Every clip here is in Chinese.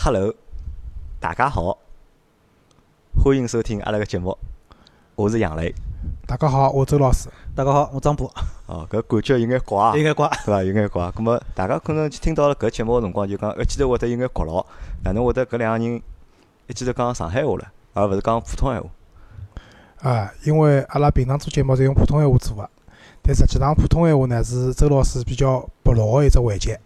Hello，大家好，欢迎收听阿拉个节目，我是杨磊。大家好，我周老师。大家好，我张波，哦，搿感觉有眼怪啊，对应该挂。伐？有眼怪。葛末大家可能听到了搿节目个辰光，就讲一呃记头会得有眼觉牢，哪能会得搿两个人一记头讲上海话了，而勿是讲普通闲话？啊，因为阿拉平常做节目是用普通闲话做个，但实际上普通闲话呢是周老师比较薄弱个一只环节。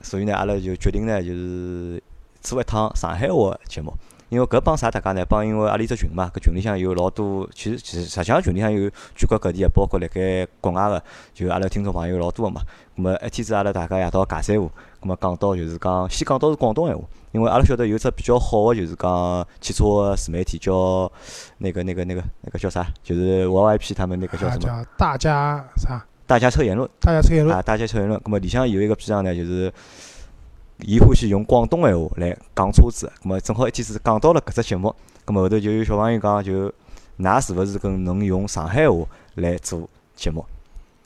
所以呢，阿拉就决定呢，就是做一趟上海话的节目。因为搿帮啥大家呢？帮因为阿拉有只群嘛，搿群里向有老多，其实其实实际上群里向有全国各地的，包括辣盖国外的，就阿拉听众朋友老多个嘛。咁么一天子阿拉大家夜到尬三胡，咁么讲到就是讲，先讲到是广东闲话，因为阿拉晓得有只比较好的就是讲汽车的自媒体叫那个那个那个那个叫啥，就是 YYP 他们那个叫啊，什么？叫大家啥？大家测言论。大家抽言论。啊，大家抽言论。咁么里向有一个篇章呢，就是伊欢喜用广东闲话来讲车子。咁么正好一天子讲到了搿只节目，咁么后头就有小朋友讲，就㑚是勿是跟能用上海话来做节目？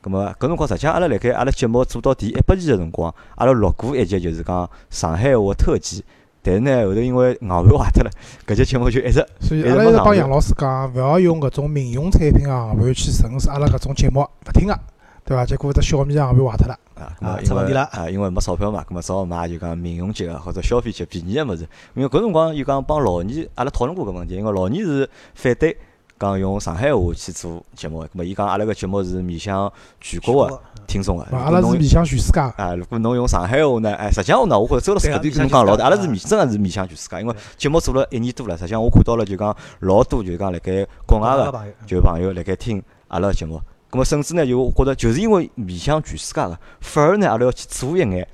咁么搿辰光实际上阿拉辣盖阿拉节目做到第一百期个辰光，阿拉录过一集，就是讲上海话特辑。但是呢，后头因为硬盘坏脱了，搿节节目就一直所以哎阿拉侬一直哪帮能杨老师讲，勿要用搿种民用产品个硬盘去审视阿拉搿种节目，勿听个，对伐？结果只小米硬盘坏脱了。啊，咁么啊因出问为题了啊，因为没钞票嘛，咁么只好买就讲民用级个或者消费级便宜个物事。因为搿辰光又讲帮老二，阿拉讨论过搿问题，因为老二是反对讲用上海话去做节目个，咁么伊讲阿拉个节目是面向全国个听众个。啊阿拉是面向全世界个。啊，如果侬用上海话呢，哎，实际上呢，我觉着周老师对搿啊点面向侬讲老对，阿全世界拉是啊面真个是面向全世界，因为对节目做了一年多了，实际上我看到了就讲老多就讲辣盖国外个个朋友，就朋友辣盖听阿拉个节目，咁么甚至呢，就我觉着就是因为面向全世界个，反而呢，阿拉要去做一眼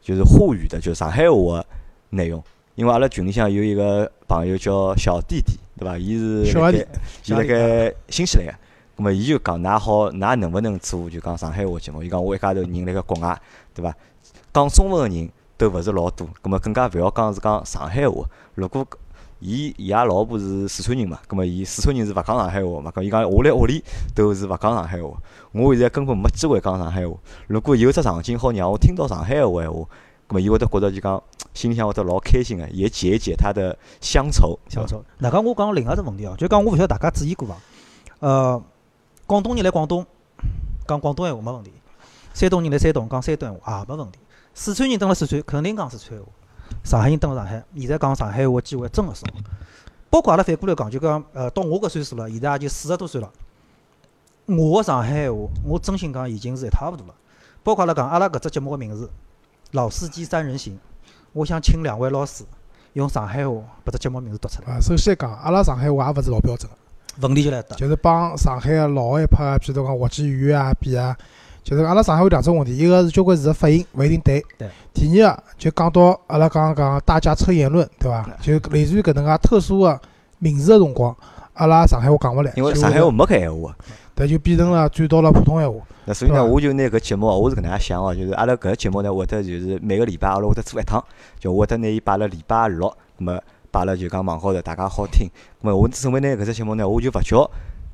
就是沪语的，就是上海话个内容。因为阿拉群里向有一个朋友叫小弟弟，对伐？伊是小辣弟盖伊辣盖新西兰个，咁么伊就讲，㑚好，㑚能勿能做就讲上海话节目？伊讲我一家头人辣盖国外，对伐？讲中文个人都勿是老多，咁么更加勿要讲是讲上海话。如果伊伊拉老婆是四川人嘛，咁么伊四川人是勿讲上海话嘛，咁伊讲我辣屋里都是勿讲上海话，我现在根本没机会讲上海话。如果有只场景好让我听到上海话闲话，咁么伊会得觉着就讲心里向会得老开心个，啊也解一解他的乡愁。小周。哪讲我讲另外一只问题哦，就讲我勿晓得大家注意过伐？呃，广东人来广东讲广东闲话没问题，山东人来山东讲山东闲话也啊没问题，四川人蹲辣四川肯定讲四川闲话，上海人蹲辣上海，现在讲上海话机会真个少。包括阿拉反过来讲，就讲呃，到我搿岁数了，现在也就四十多岁了，我个上海闲话，我真心讲已经是一塌糊涂了。包括阿拉讲阿拉搿只节目个名字《老司机三人行》，我想请两位老师用上海话把只节目名字读出来。啊，首先讲，阿拉上海话也勿是老标准个，问题就来得，就是帮上海个老一派，譬如讲滑稽语啊比啊，就是阿拉上海有两种问题，一个是交关字个发音勿一定对对，第二个就讲到阿拉刚刚讲大家抽言论，对伐？就类似于搿能介特殊个名字个辰光，阿拉上海话讲勿来，因为就上海会话没搿闲话啊，对就变成了转到了普通闲话。那所以呢，对吧我就拿搿节目啊，我是搿能介想哦，就是阿拉搿节目呢，会得就是每个礼拜阿拉会得做一趟，就我会得拿伊摆辣礼拜六，咁么摆辣就讲网高头大家好听。咁么我准备拿搿只节目呢，我就勿叫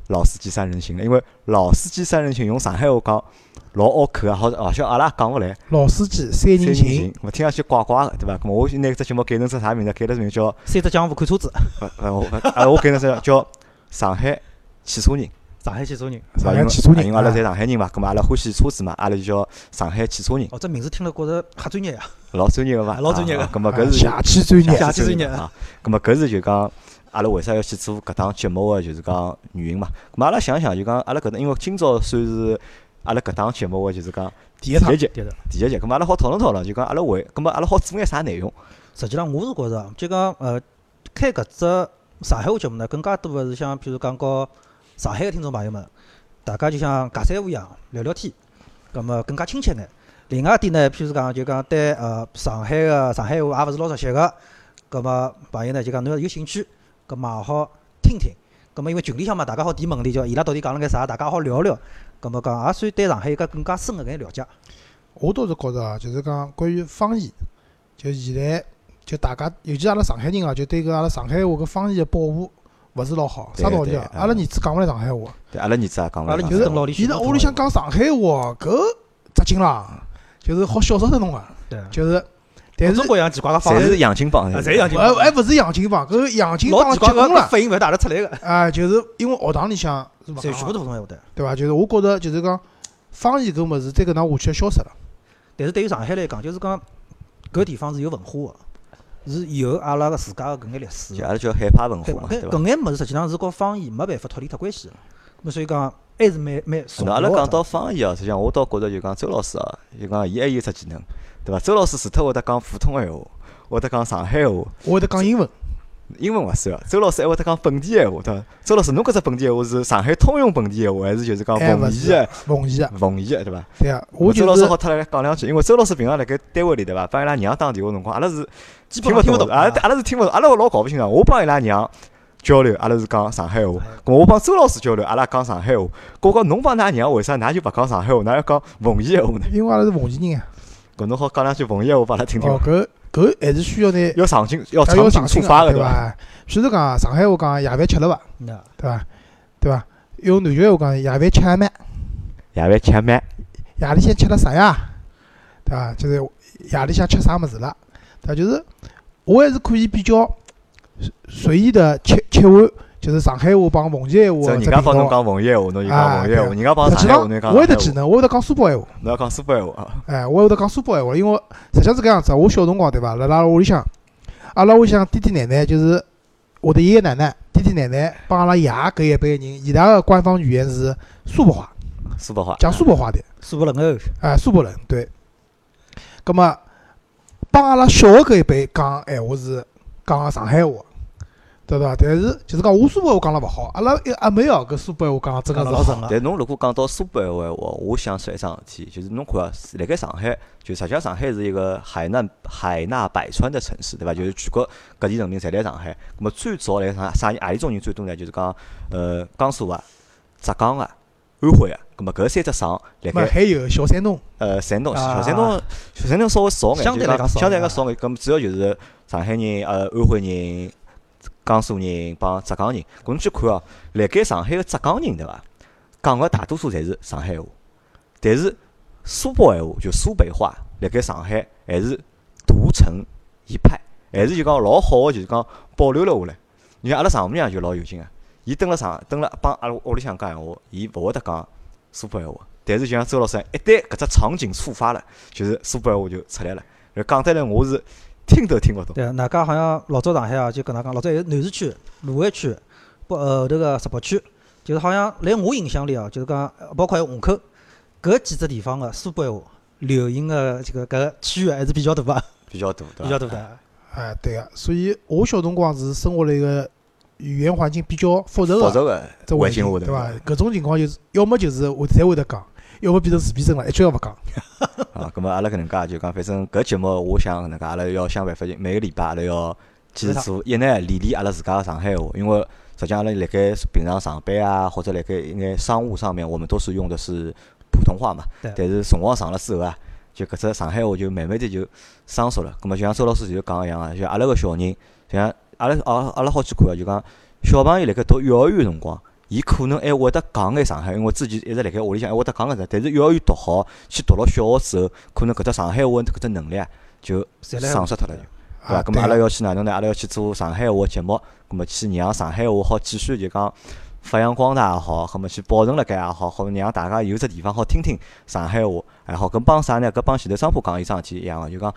老司机三人行了，因为老司机三人行用上海话讲老拗口啊，好好像阿拉讲勿来。老司机三三人人行行，，我听上去怪怪个，对伐？咁么我就拿搿只节目改成只啥名字？改成名叫三只江湖看车子，呃呃 我啊我改成只叫上海汽车人。上海汽车人，是吧上海因为汽车人因为阿拉啊侪上海人嘛，咁嘛阿拉欢喜车子嘛，阿拉就叫上海汽车人，哦，这名字听了觉着瞎专业呀。老专业个伐？啊 老专业个啊咁么啊搿是邪气专业。下期专业啊。咁么搿是就讲阿拉为啥要去做搿档节目个，就是讲原因嘛。咁嘛阿拉想想就讲阿拉搿档，因为今朝算是阿拉搿档节目个，就是讲第一趟第一集，对的，第一集。咁嘛阿拉好讨论讨论，就讲阿拉为，咁么阿拉好做眼啥内容？实际上我是觉着啊，就讲呃，开搿只上海话节目呢，更加多的是像譬如讲和上海的听众朋友们，大家就像尬三胡一样聊聊天，葛么更加亲切眼。另外一点呢，譬如讲就讲对呃上海个上海话也勿是老熟悉个，葛么朋友呢就讲侬要有兴趣，葛么也好听听。葛么因为群里向嘛，大家好提问题，叫伊拉到底讲了眼啥，大家好聊聊。葛么讲也算对上海有个更加深个眼了解。我倒是觉着啊，就是讲关于方言，就现在就大家，尤其阿拉上海人啊，就对搿阿拉上海话搿方言的保护勿是老好。对啥道理啊对？嗯阿拉儿子讲勿来上海话，对阿拉儿子也讲阿了拉嘛，儿就子是等老里去伊拉屋里向讲上海话，搿扎劲啦，就是好笑死脱侬啊！对就是，但是中国洋奇怪个方侪言是，洋泾浜，啊侪洋泾浜还还勿是洋泾浜，搿个洋泾浜老奇结怪棍个了反应勿是大得出来个，啊！就是因为学堂里向是勿侪全讲的，部是普通闲话的。对伐？就是我觉着就是讲方言搿物事再搿能下去要消失了。但是对于上海来讲，就是讲搿地方是有文化个，是有阿拉个自家个搿眼历史就的。阿拉叫海派文化对伐嘛，？对搿伐？搿眼物事实际上是跟方言没办法脱离脱关系个。咾所以讲还是蛮蛮重那要阿的拉讲到方言啊，实际上我倒觉着就讲周老师啊，就讲伊还有只技能，对伐？周老师除脱会得讲普通闲话，会得讲上海闲话，我会得讲英文，英文勿算啊。周老师还会得讲本地闲话，对伐？周老师，侬搿只本地闲话是上海通用本地闲话，还是就是讲哎奉勿贤是的奉贤啊，奉贤的，对伐？对啊，我周就老师是好脱来讲两句，因为周老师平常辣盖单位里对伐，帮伊拉娘打电话辰光，阿拉是基本听上听勿勿懂阿拉阿拉是听勿懂，阿拉老搞勿清爽。我帮伊拉娘交流，阿拉是讲上海话，咁我帮周老师交流，阿拉讲上海话。我讲侬帮㑚娘为啥㑚就勿讲上海话，㑚要讲奉贤话呢？因为阿拉是奉贤人啊。搿侬好讲两句奉贤话拨阿拉听听哦伐，？搿搿还是需要呢，要场景要还场景上触心发个个啊对伐？伐？譬如讲上海话讲夜饭吃了伐，那对伐？对伐？用南京话讲夜饭吃了没？夜饭吃饭，夜里向吃了啥呀？对伐？就是夜里向吃啥物事了？对伐？就是我还是可以比较随意的切切换，就是上海话帮奉贤话只要人这家频帮侬道。讲奉贤话，侬就讲啊奉贤话；对人家帮实际上海话，侬就讲上海上我有得技话。能，我会得讲苏北闲话，侬要讲苏 北话啊，哎，我还会得讲苏北闲话，因为实际上是搿样子，我小辰光对伐？辣辣屋里向，阿拉屋里向弟弟奶奶就是我的爷爷奶奶、弟弟奶奶帮阿拉爷搿一辈人，伊拉个官方语言是苏北话，苏北话。讲苏北话的。苏北人哦，哎，苏北人对。葛么，帮阿拉小的搿一辈讲闲话是讲个上海话，对伐？但是就是讲我苏北话讲了勿好，阿拉一阿妹哦，搿苏北话讲得真讲个了是老好。准个。但侬如果讲到苏北闲话，我我想起来一桩事体，就是侬看啊，辣盖上海，就实际上上海是一个海纳海纳百川的城市，对伐？就是全国各地人民侪来上海。那么最早来上海，啥人何里种人最多呢？就是讲呃江苏啊、浙江啊、安徽啊。那么搿三只省辣么盖还有小山东，呃山东、啊小山东、小山东稍微少眼，相对来就讲啊是少相对来讲眼少眼。咁主要就是上海人、呃安徽人、江苏人帮浙江人。咁侬去看哦，辣盖上海个浙江人对伐？讲个大多数侪是上海话，但是苏北闲话就苏北话，辣盖上海还是独成一派，还是就讲老好个，就是讲保留了下来。你看阿拉丈母娘就老有劲啊，伊蹲辣上蹲辣帮阿拉屋里向讲闲话，伊勿会得讲苏北闲话，但是就像周老师一旦搿只场景触发了，就是苏北闲话就出来了。然后讲得来我是听都听勿懂，对啊，外加好像老早上海啊，就搿能讲，老早有南市区、卢湾区，包呃后头个石北区，就是好像来我印象里哦，就是讲呃包括还有虹口搿几只地方个苏北话流行个这个搿区域还是比较大吧，比较多，对比伐？较大的。哎，对个、所以我小辰光是生活辣一个语言环境比较复杂否个则个啊这环环境境，下头对伐？搿种情况就是要么就是会侪会得讲，要么变成自闭症了，一句也勿讲。啊，咁么阿拉搿能介就讲，反正搿节目我想搿能介，阿拉要想办法，每个礼拜阿拉要坚持做，一呢练练阿拉自家个上海话，因为实际上阿拉辣盖平常上班啊，或者辣盖一眼商务上面，我们都是用的是普通话嘛。对但是辰光长了之后啊，就搿只上海话就慢慢的就生疏了。咁么啊就像周老师前头讲一样啊，就阿拉个小人，就像阿拉阿阿拉好去看啊，就讲小朋友辣盖读幼儿园辰光。伊可能还会得讲眼上海，因为之前一直辣盖屋里向还会得讲搿只，但是幼儿园读好，去读了小学之后，可能搿只上海话搿只能力啊就侪来丧失脱了就。对伐？啊咁么阿对拉个要去哪能呢？阿拉要去做上海话节目，咁么去让上海话好继续就讲发扬光大也好，咁么去保存辣盖也好，好让大家有只地方好听听上海话，还好搿帮啥呢？搿帮前头商铺讲一桩事体一样个，就讲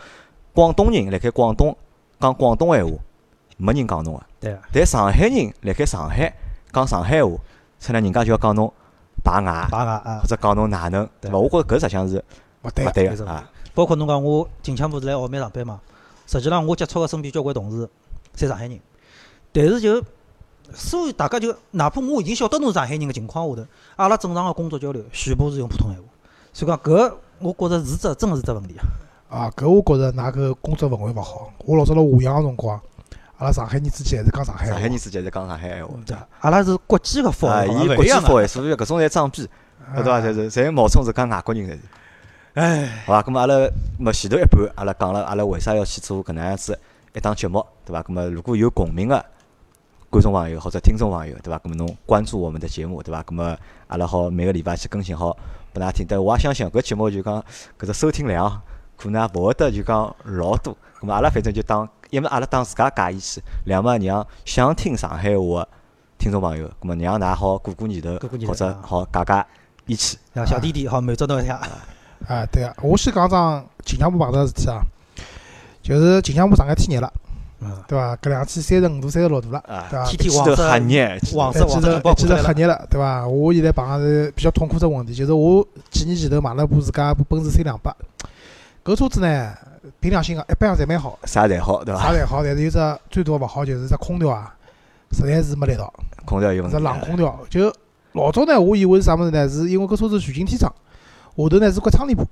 广东人辣盖广东讲广东闲话，没人讲侬个，对啊，但上海人辣盖上海讲上海话，出来人家就要讲侬排外，排外啊或，者讲侬哪能，对伐？我觉着搿实际上是勿对勿个，对没错个啊，包括侬讲我近腔部是来澳门上班嘛，实际上我接触个身边交关同事侪上海人，但是就所以大家就哪怕我已经晓得侬是上海人个情况下头，阿拉正常个工作交流全部是用普通闲话，所以讲搿我觉着是只真个是只问题啊。啊，搿我觉着㑚搿工作氛围勿好。我老早辣华阳个辰光，阿拉上海人之间还是讲上海上话海。人之间侪讲上海闲话。对啊，阿拉是国际个氛啊，围，好伊国像勿一际样氛啊。围，所以搿种侪装逼，啊对伐？侪是侪冒充是讲外国人，侪是。唉，好伐？咁么阿拉么前头一半，阿拉讲了，阿拉为啥要去做搿能样子一档节目，对伐？咁么如果有共鸣个观众朋友或者听众朋友，对伐？咁么侬关注我们的节目，对伐？咁么阿拉好每个礼拜去更新好，拨大家听。但我也相信搿节目就讲搿只收听量。啊可能也勿会得就讲老多。咁阿拉反正就当，要么阿拉当自家假意思，要么让想听上海话的听众朋友，咁么让㑚好过过年头过过，年或头者啊好解解意气。啊小弟弟好满足侬一下，啊，对个，我先讲桩近腔部碰到个事体啊，就是近腔部上海天热了，嗯，对伐？搿两天三十五度、三十六度了，啊对，伐？天一记天头黄吓色热，黄一色记头一记黄色头了哎吓热了，对伐？我现在碰到是比较痛苦只问题，就是我几年前头买了部自家部奔驰 C 两百，搿车子呢，凭良心讲，一般样侪蛮好，啥侪好，对伐？啥侪好，但是有只最大勿好就是只空调啊，实在是没力道，空调有问只题。冷空调。就老早呢，我以为是啥物事呢？是因为搿车子全景天窗，下头呢是块窗帘布，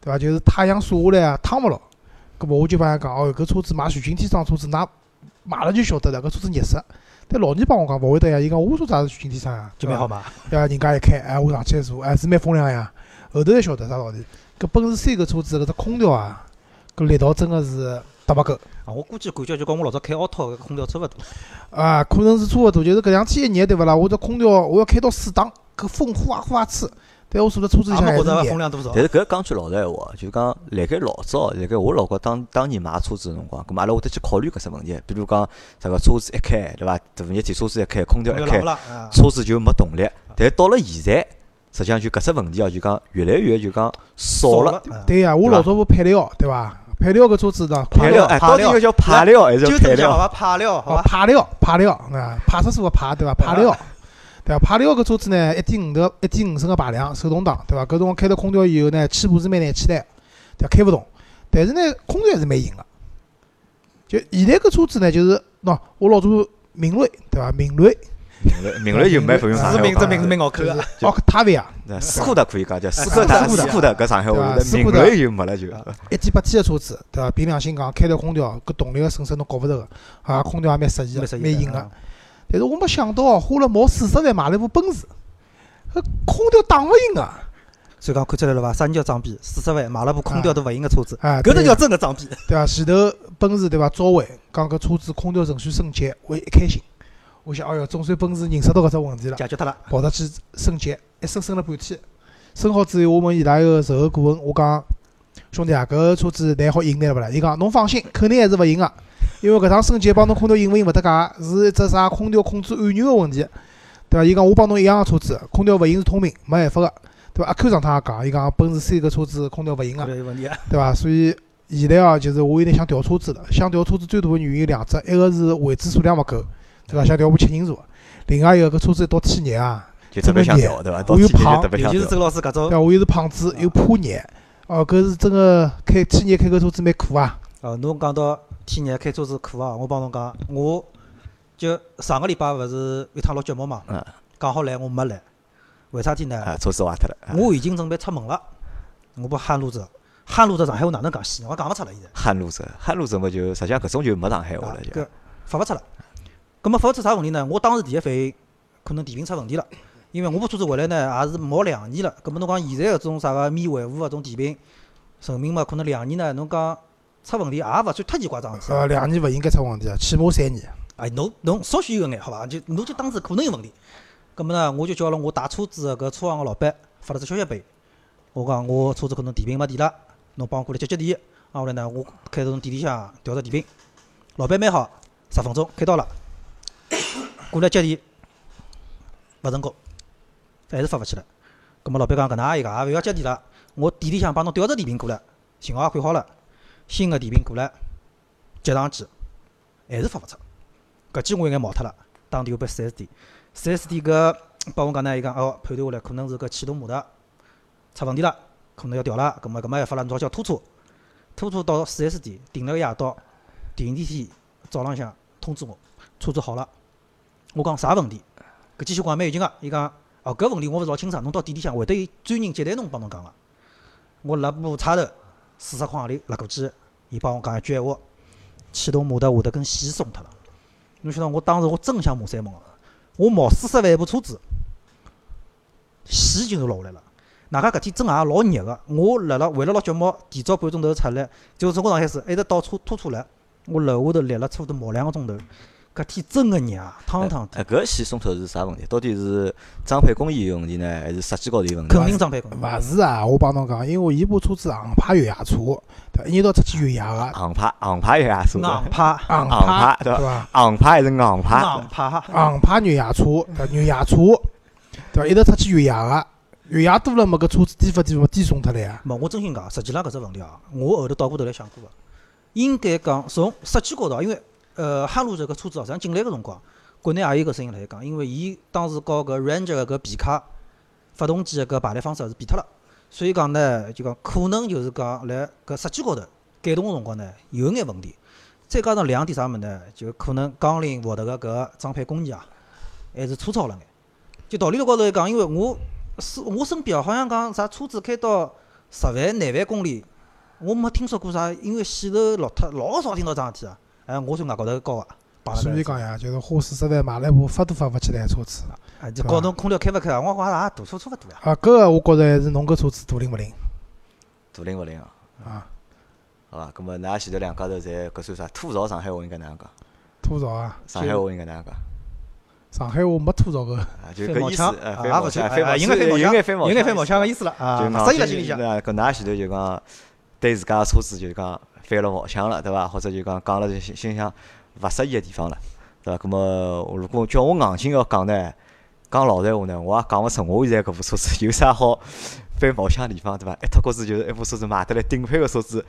对伐？就是太阳晒下来啊，烫勿牢。搿么我就帮伊讲，哦，搿车子买全景天窗车子，㑚买了就晓得了，搿车子热死。但老倪帮我讲勿会得呀，伊讲我车子也是全景天窗呀，就蛮好嘛，啊对伐。人家一开，哎，我上去一坐，哎，是蛮风凉呀。后头才晓得啥道理。搿奔驰 C 搿车子搿只空调啊，搿力道真个是搭勿够。啊，我估计感觉就跟我老早开奥拓搿空调差勿多，啊，可能是差勿多，就是搿两天一热对勿啦？我这空调我要开到四档，搿风呼啊呼啊吹，但我坐在车子里也向还没是觉着风热。量多少但，是搿讲句老实闲话，就讲辣盖老早，辣盖我老觉当当年买车子个辰光，咁阿拉会得去考虑搿只问题，比如讲啥个车子一开，对伐？大热天车子一开，空调空一调开冷勿，冷啊？车子就没动力。但到了现在，实际上就搿只问题哦，就讲越来越就讲少了。啊对呀、我对吧老早部配料对伐？配料搿车子呢，配料，哎，派到底料应该叫派料还是叫就这配么讲好料？吧，怕料好哦， 吧，派料派料啊，派出所个派对伐？派料。对伐？派料搿车子呢，一点五的，一点五升个排量，手动挡，对伐？搿辰光开到空调以后呢，起步是蛮难起来的，对伐？开勿动。但是呢，空调还是蛮硬个。就现在搿车子呢，就是喏，我老早明锐，对伐？明锐名字名字就没法用上是海名话字讲名字了。蛮拗口就是哦个， Octavia，那斯柯达可以讲叫斯柯斯达，柯斯达柯达搿上海话对吧是斯名柯达字又没了就。一点八 T 的车子，对伐？凭良心讲，开条空调，搿动力个损失侬觉勿着个，哦啊，空调也蛮适宜个蛮，适宜蛮的硬个啊。但是我没想到啊，花了毛四十万买了一部奔驰，搿空调打勿赢啊个，所以讲看出来了伐？啥人叫装逼？四十万买了部空调都勿行个车子，啊，搿对能叫真个装逼。对伐？前头奔驰对伐？召回讲搿车子空调程序升级，我一开心，我想，哎哟，总算奔驰认识到搿只问题了，解决脱了。跑出去升级，一升升了半天。升好之后，我问伊拉一个售后顾问，我讲兄弟啊，搿车子难好赢难勿啦？伊讲侬放心，肯定还是勿赢个，啊因为搿趟升级帮侬空调赢勿赢勿搭界，是一只啥空调控制按钮个问题，对伐？伊讲我帮侬一样个车子，空调勿赢是通病，没办法个，对伐？阿 Q 上趟也讲，伊讲奔驰 C 搿车子空调勿赢个搿，有问题啊，对伐？所以现在啊，就是我有点想调车子了。想调车子最大的原因有两只，一个是位置数量勿够，对伐？想调部七人座。另外一个搿车子一到天热啊，就特别想调，对伐？到我又天气就胖特别尤想其是调。周老师搿对种伐？我又是胖子又怕热，哦，搿是真个开天热开搿车子蛮苦啊。哦，侬讲到天热开车子苦啊，我帮侬讲，我就上个礼拜勿是一趟录节目嘛嗯，讲好来我没来，为啥体呢？啊，车子坏脱了。啊我已经准备出门了，我不旱路者，旱路者上海话哪能讲西呢？我讲勿出来现在，旱路者，旱路者么就实际上搿种就没上海话啊了，就搿发勿出来。葛末发勿出啥问题呢？我当时第一反应可能电瓶出问题了，因为我部车子回来呢也是毛两年了。葛末侬讲现在搿种啥个免维护搿啊种电瓶寿命嘛，可能两年呢，侬讲出问题也勿算太奇怪桩事体。呃，两年勿应该出问题啊，起码三年。哎，侬侬稍许有眼好伐？就侬就当是可能有问题。葛么呢，我就叫了我打车子个搿车行个老板发了只消息拨伊，我讲我车子可能电瓶没电了，侬帮我过来接接电。啊，后来呢，我开到侬店里向调只电瓶，老板蛮好，十分钟开到了，过来接电，勿成功，还是发勿起来。葛么老板讲搿能介一个，也勿要接电了，我店里向帮侬调只电瓶过来，型号也看好了，新个电瓶过来，接上去，还是发勿出。搿记我有眼毛脱了，当地有部 4S 店，4S 店搿帮我讲呢，伊讲哦判断下来可能是搿启动马达出问题了，可能要调了，葛末搿没办法了，侬只好叫拖车，拖车到 4S 店停了个夜到，第二天早浪向通知我车子好了，我讲啥问题？搿机修官蛮有劲个，伊讲哦搿问题我勿是老清爽，侬到店里向会得有专人接待侬帮侬讲个。我辣部差头四十块行钿辣过去，伊帮我讲一句闲话，启动马达下头根线松脱了。侬晓得，我当时我真想骂三毛了，啊我毛四十万一部车子，线就落下来了。外加搿天真也老热个，我辣辣为了录节目，提早半个钟头出来，就从中国上海市一直到车拖车来，我楼下头立了差不多毛两个钟头，搿天真个热啊，汤汤哎，天，搿线松脱是啥问题？到底是装配工艺有问题呢，还是设计高头有问题？肯定装配工。勿是啊，我帮侬讲，因为伊部车子航拍越野车，对伐？一年到头出去越野个，航拍，航拍也是， 硬派，航航拍对对伐伐？航拍还是硬拍。硬派，硬派越野车，对伐越野车，对伐？一头出去越野个，越野多了么，搿车子颠发颠发颠松脱了啊呀。没，我真心讲，实际上搿只问题啊，我后头倒过头来想过个，啊应该讲从设计高头啊，因为呃，哈鲁这个车子啊，实际上进来个辰光，国内也有搿声音辣盖讲，因为伊当时搞搿 Ranger 搿皮卡发动机个搿排列方式是变脱了，所以讲呢，就讲可能就是讲辣搿设计高头改动个辰光呢，有眼问题。再加上两点啥物事呢？就可能钢铃获得个搿装配工艺啊，还是粗糙了眼。就道理高头来讲，因为我是我身边啊好像讲啥车子开到十万、廿万公里，我没听说过啥，因为线头落脱，老少听到这样事体啊。哎，我算外高头高啊，摆了所以个讲呀，就是花四十万买了一部发都发勿起来的车子。哎，就搞侬空调开勿开啊？我讲也大差差勿多呀。啊，搿个我觉着还是侬搿车子大灵勿灵大灵勿灵啊？啊？好伐？葛末㑚前头两家头侪搿算啥？吐槽上海话应该哪能讲？吐槽啊！上海话应该哪能讲？上海话没吐槽个，啊，就翻搿毛意腔思，哎啊翻也毛勿腔算翻哎毛应该腔翻毛有腔眼翻毛有眼翻毛腔个意意思了思啊，就勿适意了心里向。那搿㑚前头就讲对自家车子就讲翻了毛腔了，对伐？或者就讲讲了就心心想勿适意个地方了，对伐？葛末如果叫我硬劲要讲呢，讲老实闲话呢，我也讲勿出我现在搿部车子有啥好翻毛腔个地方，对伐？一脱觉子就是一部车子买得来顶配个车子。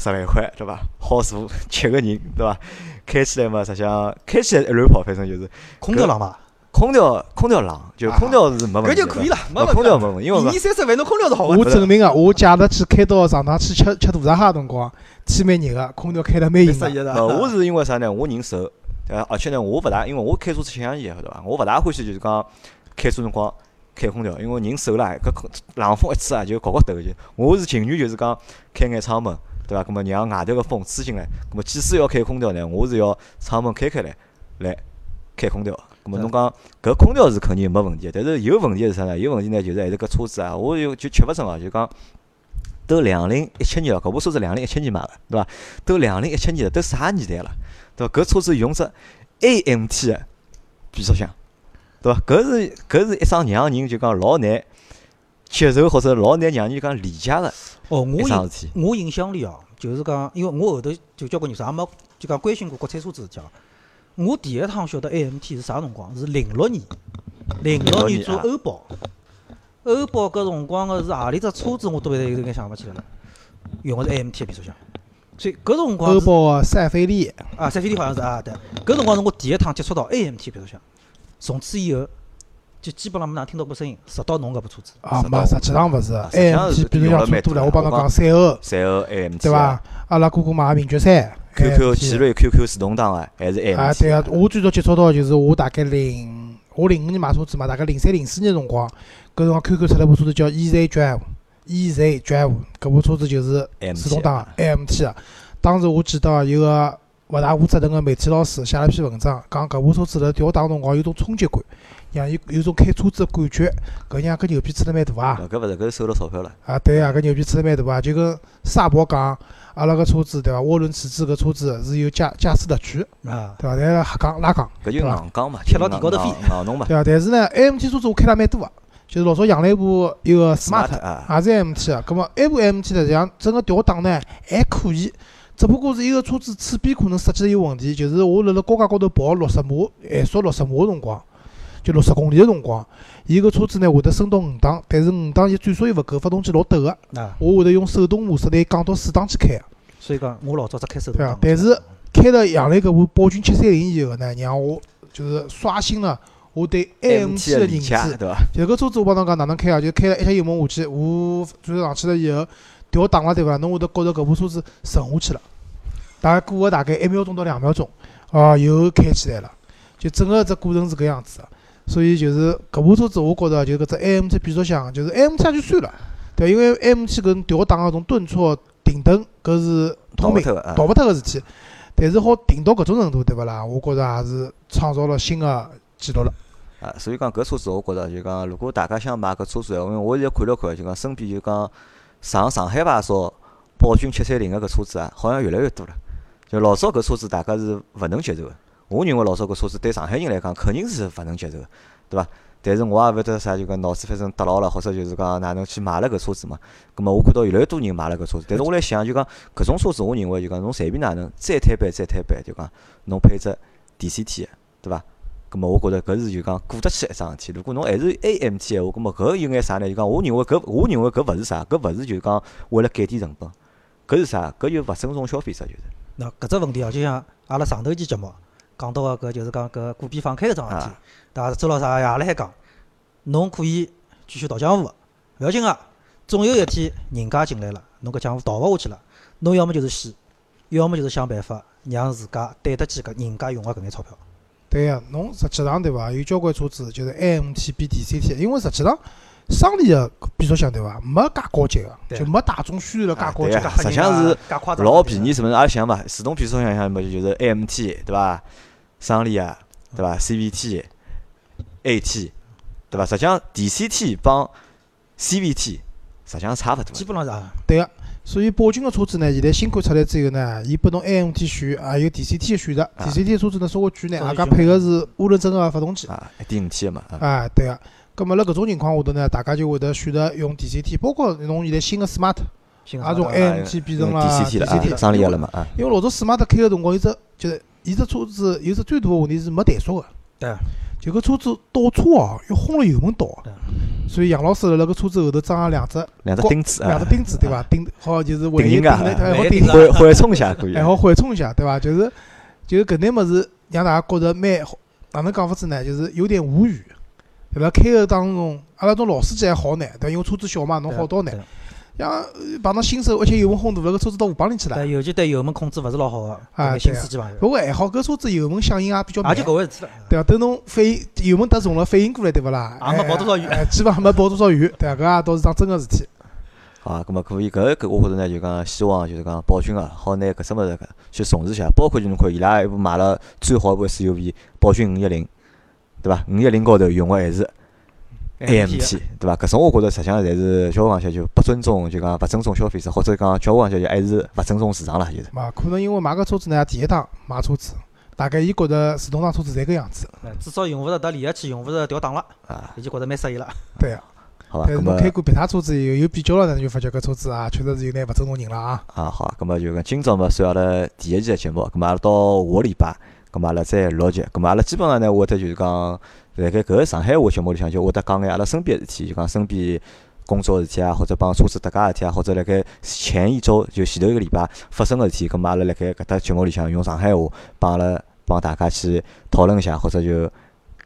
十万块对伐？好坐七个人对伐？开起来嘛，实际上开起来一乱跑，反正就是空调冷嘛，空调空调冷，就空调是没问题的。啊搿就可以了，没呃问空题调了。没问题，因为我年三十万侬空调是好个我证明啊，我假日去开到上趟去吃吃大闸蟹的辰光，天蛮热个，啊空调开了蛮没硬适意个。的。呃我是因为啥呢？我人瘦，呃，而且呢，我勿大，因为我开车吃香烟，晓得伐？我勿大欢喜就是讲开车辰光开空调，因为人瘦啦，搿空冷风一吹啊，就搞搞抖就。我是情愿就是讲开眼窗门，对伐？葛末让外头个风吹进来，葛末即使要开空调呢，我是要窗门开开来来开空调。葛末侬讲搿空调是肯定没问题的，但是有问题是啥呢？有问题呢就是还是搿车子啊，我有就吃勿准啊，就讲。都两零一七年了，搿部车子两零一七年买的，对伐？都两零一七年了，都啥年代了，对伐？搿车子用只 AMT 的变速箱，对伐？搿是搿是一桩让人就讲老难接受或者老难让人讲理解的哦，我一有桩事体。我印象里哦，就是讲，因为我后头就交关年数也没就讲关心过国产车子事体啊。我第一趟晓得 AMT 是啥辰光？是零六年，零六年做欧宝，欧宝搿辰光个是何里只车子我都现在有眼想勿起来了，用的是 AMT 的变速箱。所以搿辰光欧是宝个赛菲利，啊，赛飞利好像是啊，对，搿辰光是我第一趟接触到 AMT 变速箱，从此以后就基本上没哪听到过声音，直到侬搿部车子。啊，是的没，实际上勿是哎实际上是，AMG 变速箱车多了，我帮侬讲赛欧，赛欧 AMT 对伐？阿拉哥哥买个名爵三 QQ ，AMG 奇瑞 QQ 自动挡的还是 AMT 哎啊，对啊，我最早接触到就是我大概零，我零五年买车子嘛，大概零三零四年辰光，搿辰光 QQ 出了部车子叫 E EZ Drive，EZ Drive 搿部车子就是啊自动挡 AMT 啊。当时我记得有个勿大负责任个媒体老师写了一篇文章，讲搿部车子辣调档辰光有种冲击感，让伊有种开车子的感觉，搿让搿牛逼吹得蛮大啊！哦搿勿是搿是收了钞票了，啊，对啊，搿牛逼吹得蛮大啊！就跟沙博讲，阿拉搿车子对伐？涡轮迟滞搿车子是有驾驾驶特权，啊，对伐？来黑杠拉杠。搿就对伐硬刚嘛，贴到地高头就飞硬硬弄嘛对啊，但是呢，AMT 车子我开了蛮多啊，就是老早养了一部一个 Smart，啊，也是 AMT 啊。咁么，埃部 AMT 呢，实际上整个调档呢还可以，只不过是一个车子侧边可能设计的有问题，就是我辣辣高架高头跑六十码，限速六十码个辰光，就六十公里个辰光，伊个车子呢会得升到五档，但是五档伊转速又勿够，发动机老抖个，啊，我会得用手动模式来降到四档去开啊。所以讲我老早只开手动对啊挡。但是开了杨澜搿部宝骏七三零以后呢，让我就是刷新了我对 AMT 啊的的理认解知。对伐？就搿车子我帮侬讲哪能开啊？就开了一脚油门下去，我转上去了以后调档了对伐？侬会得觉着搿部车子沉下去了，大概过个大概一秒钟到两秒钟，啊，又开起来了。就整个只过程是搿样子的，所以就是搿部车子我觉着啊就搿只 AMT 变速箱，就是 AMT 就算了，对，因为 AMT 搿调档啊个种顿挫、停顿搿是倒通勿病脱个啊逃，勿脱个事体。但是好停到搿种程度对勿啦？我觉着也是创造了新的记录了。啊，所以讲搿车子，我觉着就讲，如果大家想买搿车子，因为我现在看了看，就讲身边就讲上上海牌照宝骏七三零个搿车子啊，好像越来越多了。就老早搿车子大家是勿能接受个，我认为老早搿车子对上海人来讲肯定是勿能接受，个，对伐？但是我也勿晓得啥，就讲脑子反正搭牢了，或者就是讲哪能去买了搿车子嘛。葛末我看到越来越多人买了搿车子，但是我来想就讲搿种车子，我认为就讲侬随便哪能再摊板再摊板，就讲侬配只 DCT，的对伐？葛末我觉着搿是就讲过得去一桩事体。如果侬还是 AMT 闲话，葛末搿有眼啥呢？就讲我认为搿我认为搿勿是啥，搿勿是就讲为了减低成本，搿是啥？搿就勿尊重消费者就是。那搿只问题哦，就像阿拉上头期节目讲到个搿就是讲搿股票放开搿桩事体啊，对伐？周老师也也辣海讲，侬可以继续逃江湖个，勿要紧个，总有一天人家进来了，侬搿江湖逃勿下去了，侬要么就是死，要么就是想办法让自家对得起搿人家用个搿眼钞票。对呀、侬实际上对伐？有交关车子就是 AMT 比 DCT，因为实际上商钿个比重相对伐，没介高级个，对就没大众宣传了介啊高对级呀个。实际上是介夸张老便宜什么？阿拉想嘛，自动变速箱想嘛，就是 AMT 对伐？桑利啊，对伐？CVT、AT 对伐？实际上 DCT 帮 CVT 实际上差勿多基本上是啊，对个、所以北京个车子呢，现在新款出来之后呢，伊拨侬 AMT 选，也有 DCT 个选择。DCT 个车子呢稍微贵眼，稍微外加贵配个是涡轮增压发动机。啊，一点五 T 个嘛啊，哎，对个、咁么辣搿种情况下头呢，大家就会得选择用 DCT，包括侬现在新个 Smart，新也个从啊 AMT 变成了 DCT 了啊， DCT。桑利个了嘛啊，因为老早 Smart 开个辰光，有只就是伊只车子有只最大个问题是没怠速个。对。就搿车子倒车哦，要轰了油门倒对。所以杨老师辣辣搿车子后头装了两只两只钉子啊两只，钉子，对伐？钉好就是唯一顶钉应啊呢，啊还好唯一顶哎钉子缓缓冲一下可以还。好缓冲一下，对伐？就是就是搿眼物事让大家觉着蛮好，哪能讲法子呢？就是有点无语。辣辣开个当中，阿拉种老司机还好眼，对伐？因为车子小嘛，侬好到眼对。像呃碰到新手，而且油门轰大了，搿车子到河浜里去了。但尤其对油门控制勿是老好个，啊搿眼新对啊司机朋友，不过还好，搿车子油门响应也比较也慢啊就。搿回事体了。对伐？等侬反应油门踏重了，反应过来，对勿啦？啊也没跑多少远哎，哎基本上没跑多少远，对伐？搿也倒是桩真个事体。好啊，咁么可以搿搿我觉着呢，就讲希望就是讲宝骏啊，好拿搿只物事搿去重视一下，包括就侬看伊拉一部买了最好一部 SUV，宝骏五一零，对伐？五一零高头用个还是啊 AMT，对伐？搿种我觉着实际上侪是交关讲起来就不尊重，就讲勿尊重消费者，或者讲交关讲起来就还是勿尊重市场啦，就是。嘛，可能因为买搿车子呢，第一趟买车子，大概伊觉着自动挡车子侪搿样子，哎至少用勿着搭离合器，用勿着调档了，啊，伊就觉着蛮适意了。对个。好伐？但是咁侬啊么开过别他车子以后，有比较了呢，就发觉搿车子啊，确实是有眼勿尊重人了啊。啊，好啊，咁么就讲今朝嘛，算阿拉第一期的节目，咁啊么阿拉到下个礼拜，咁啊么阿拉再录一集，咁么阿拉基本上呢，会得就是讲，辣盖搿个上海话节目里向就会得讲眼阿拉身边的事体，就讲身边工作的事体啊，或者帮车子搭界的事体啊，或者辣盖前一周就前头一个礼拜发生个事体，咁啊么阿拉辣盖搿搭节目里向用上海话帮阿拉帮大家去讨论一下，或者就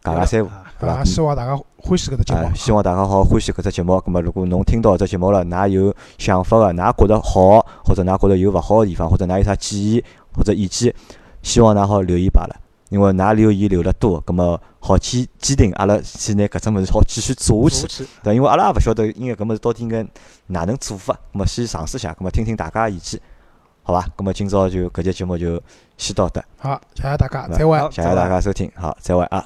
讲讲三胡。啊对伐啊，希望大家欢喜搿只节目啊，。希望大家好欢喜搿只节目。咁么，啊如果侬听到搿只节目了，㑚有想法个，㑚觉得好，或者㑚觉得有勿好个地方，或者㑚有啥建议或者意见，希望㑚好留言罢了。因为㑚留言留了多，咁么好坚坚定阿拉去拿搿只物事好继续做下去下。去，对，因为阿拉也勿晓得应该搿物事到底应该哪能做法，咁么啊先尝试一下，咁么听听大家个意见，好伐？咁么啊今朝就搿节节目就先到这，哎好，谢谢大家，再会。好谢谢大家收听，好，再会啊。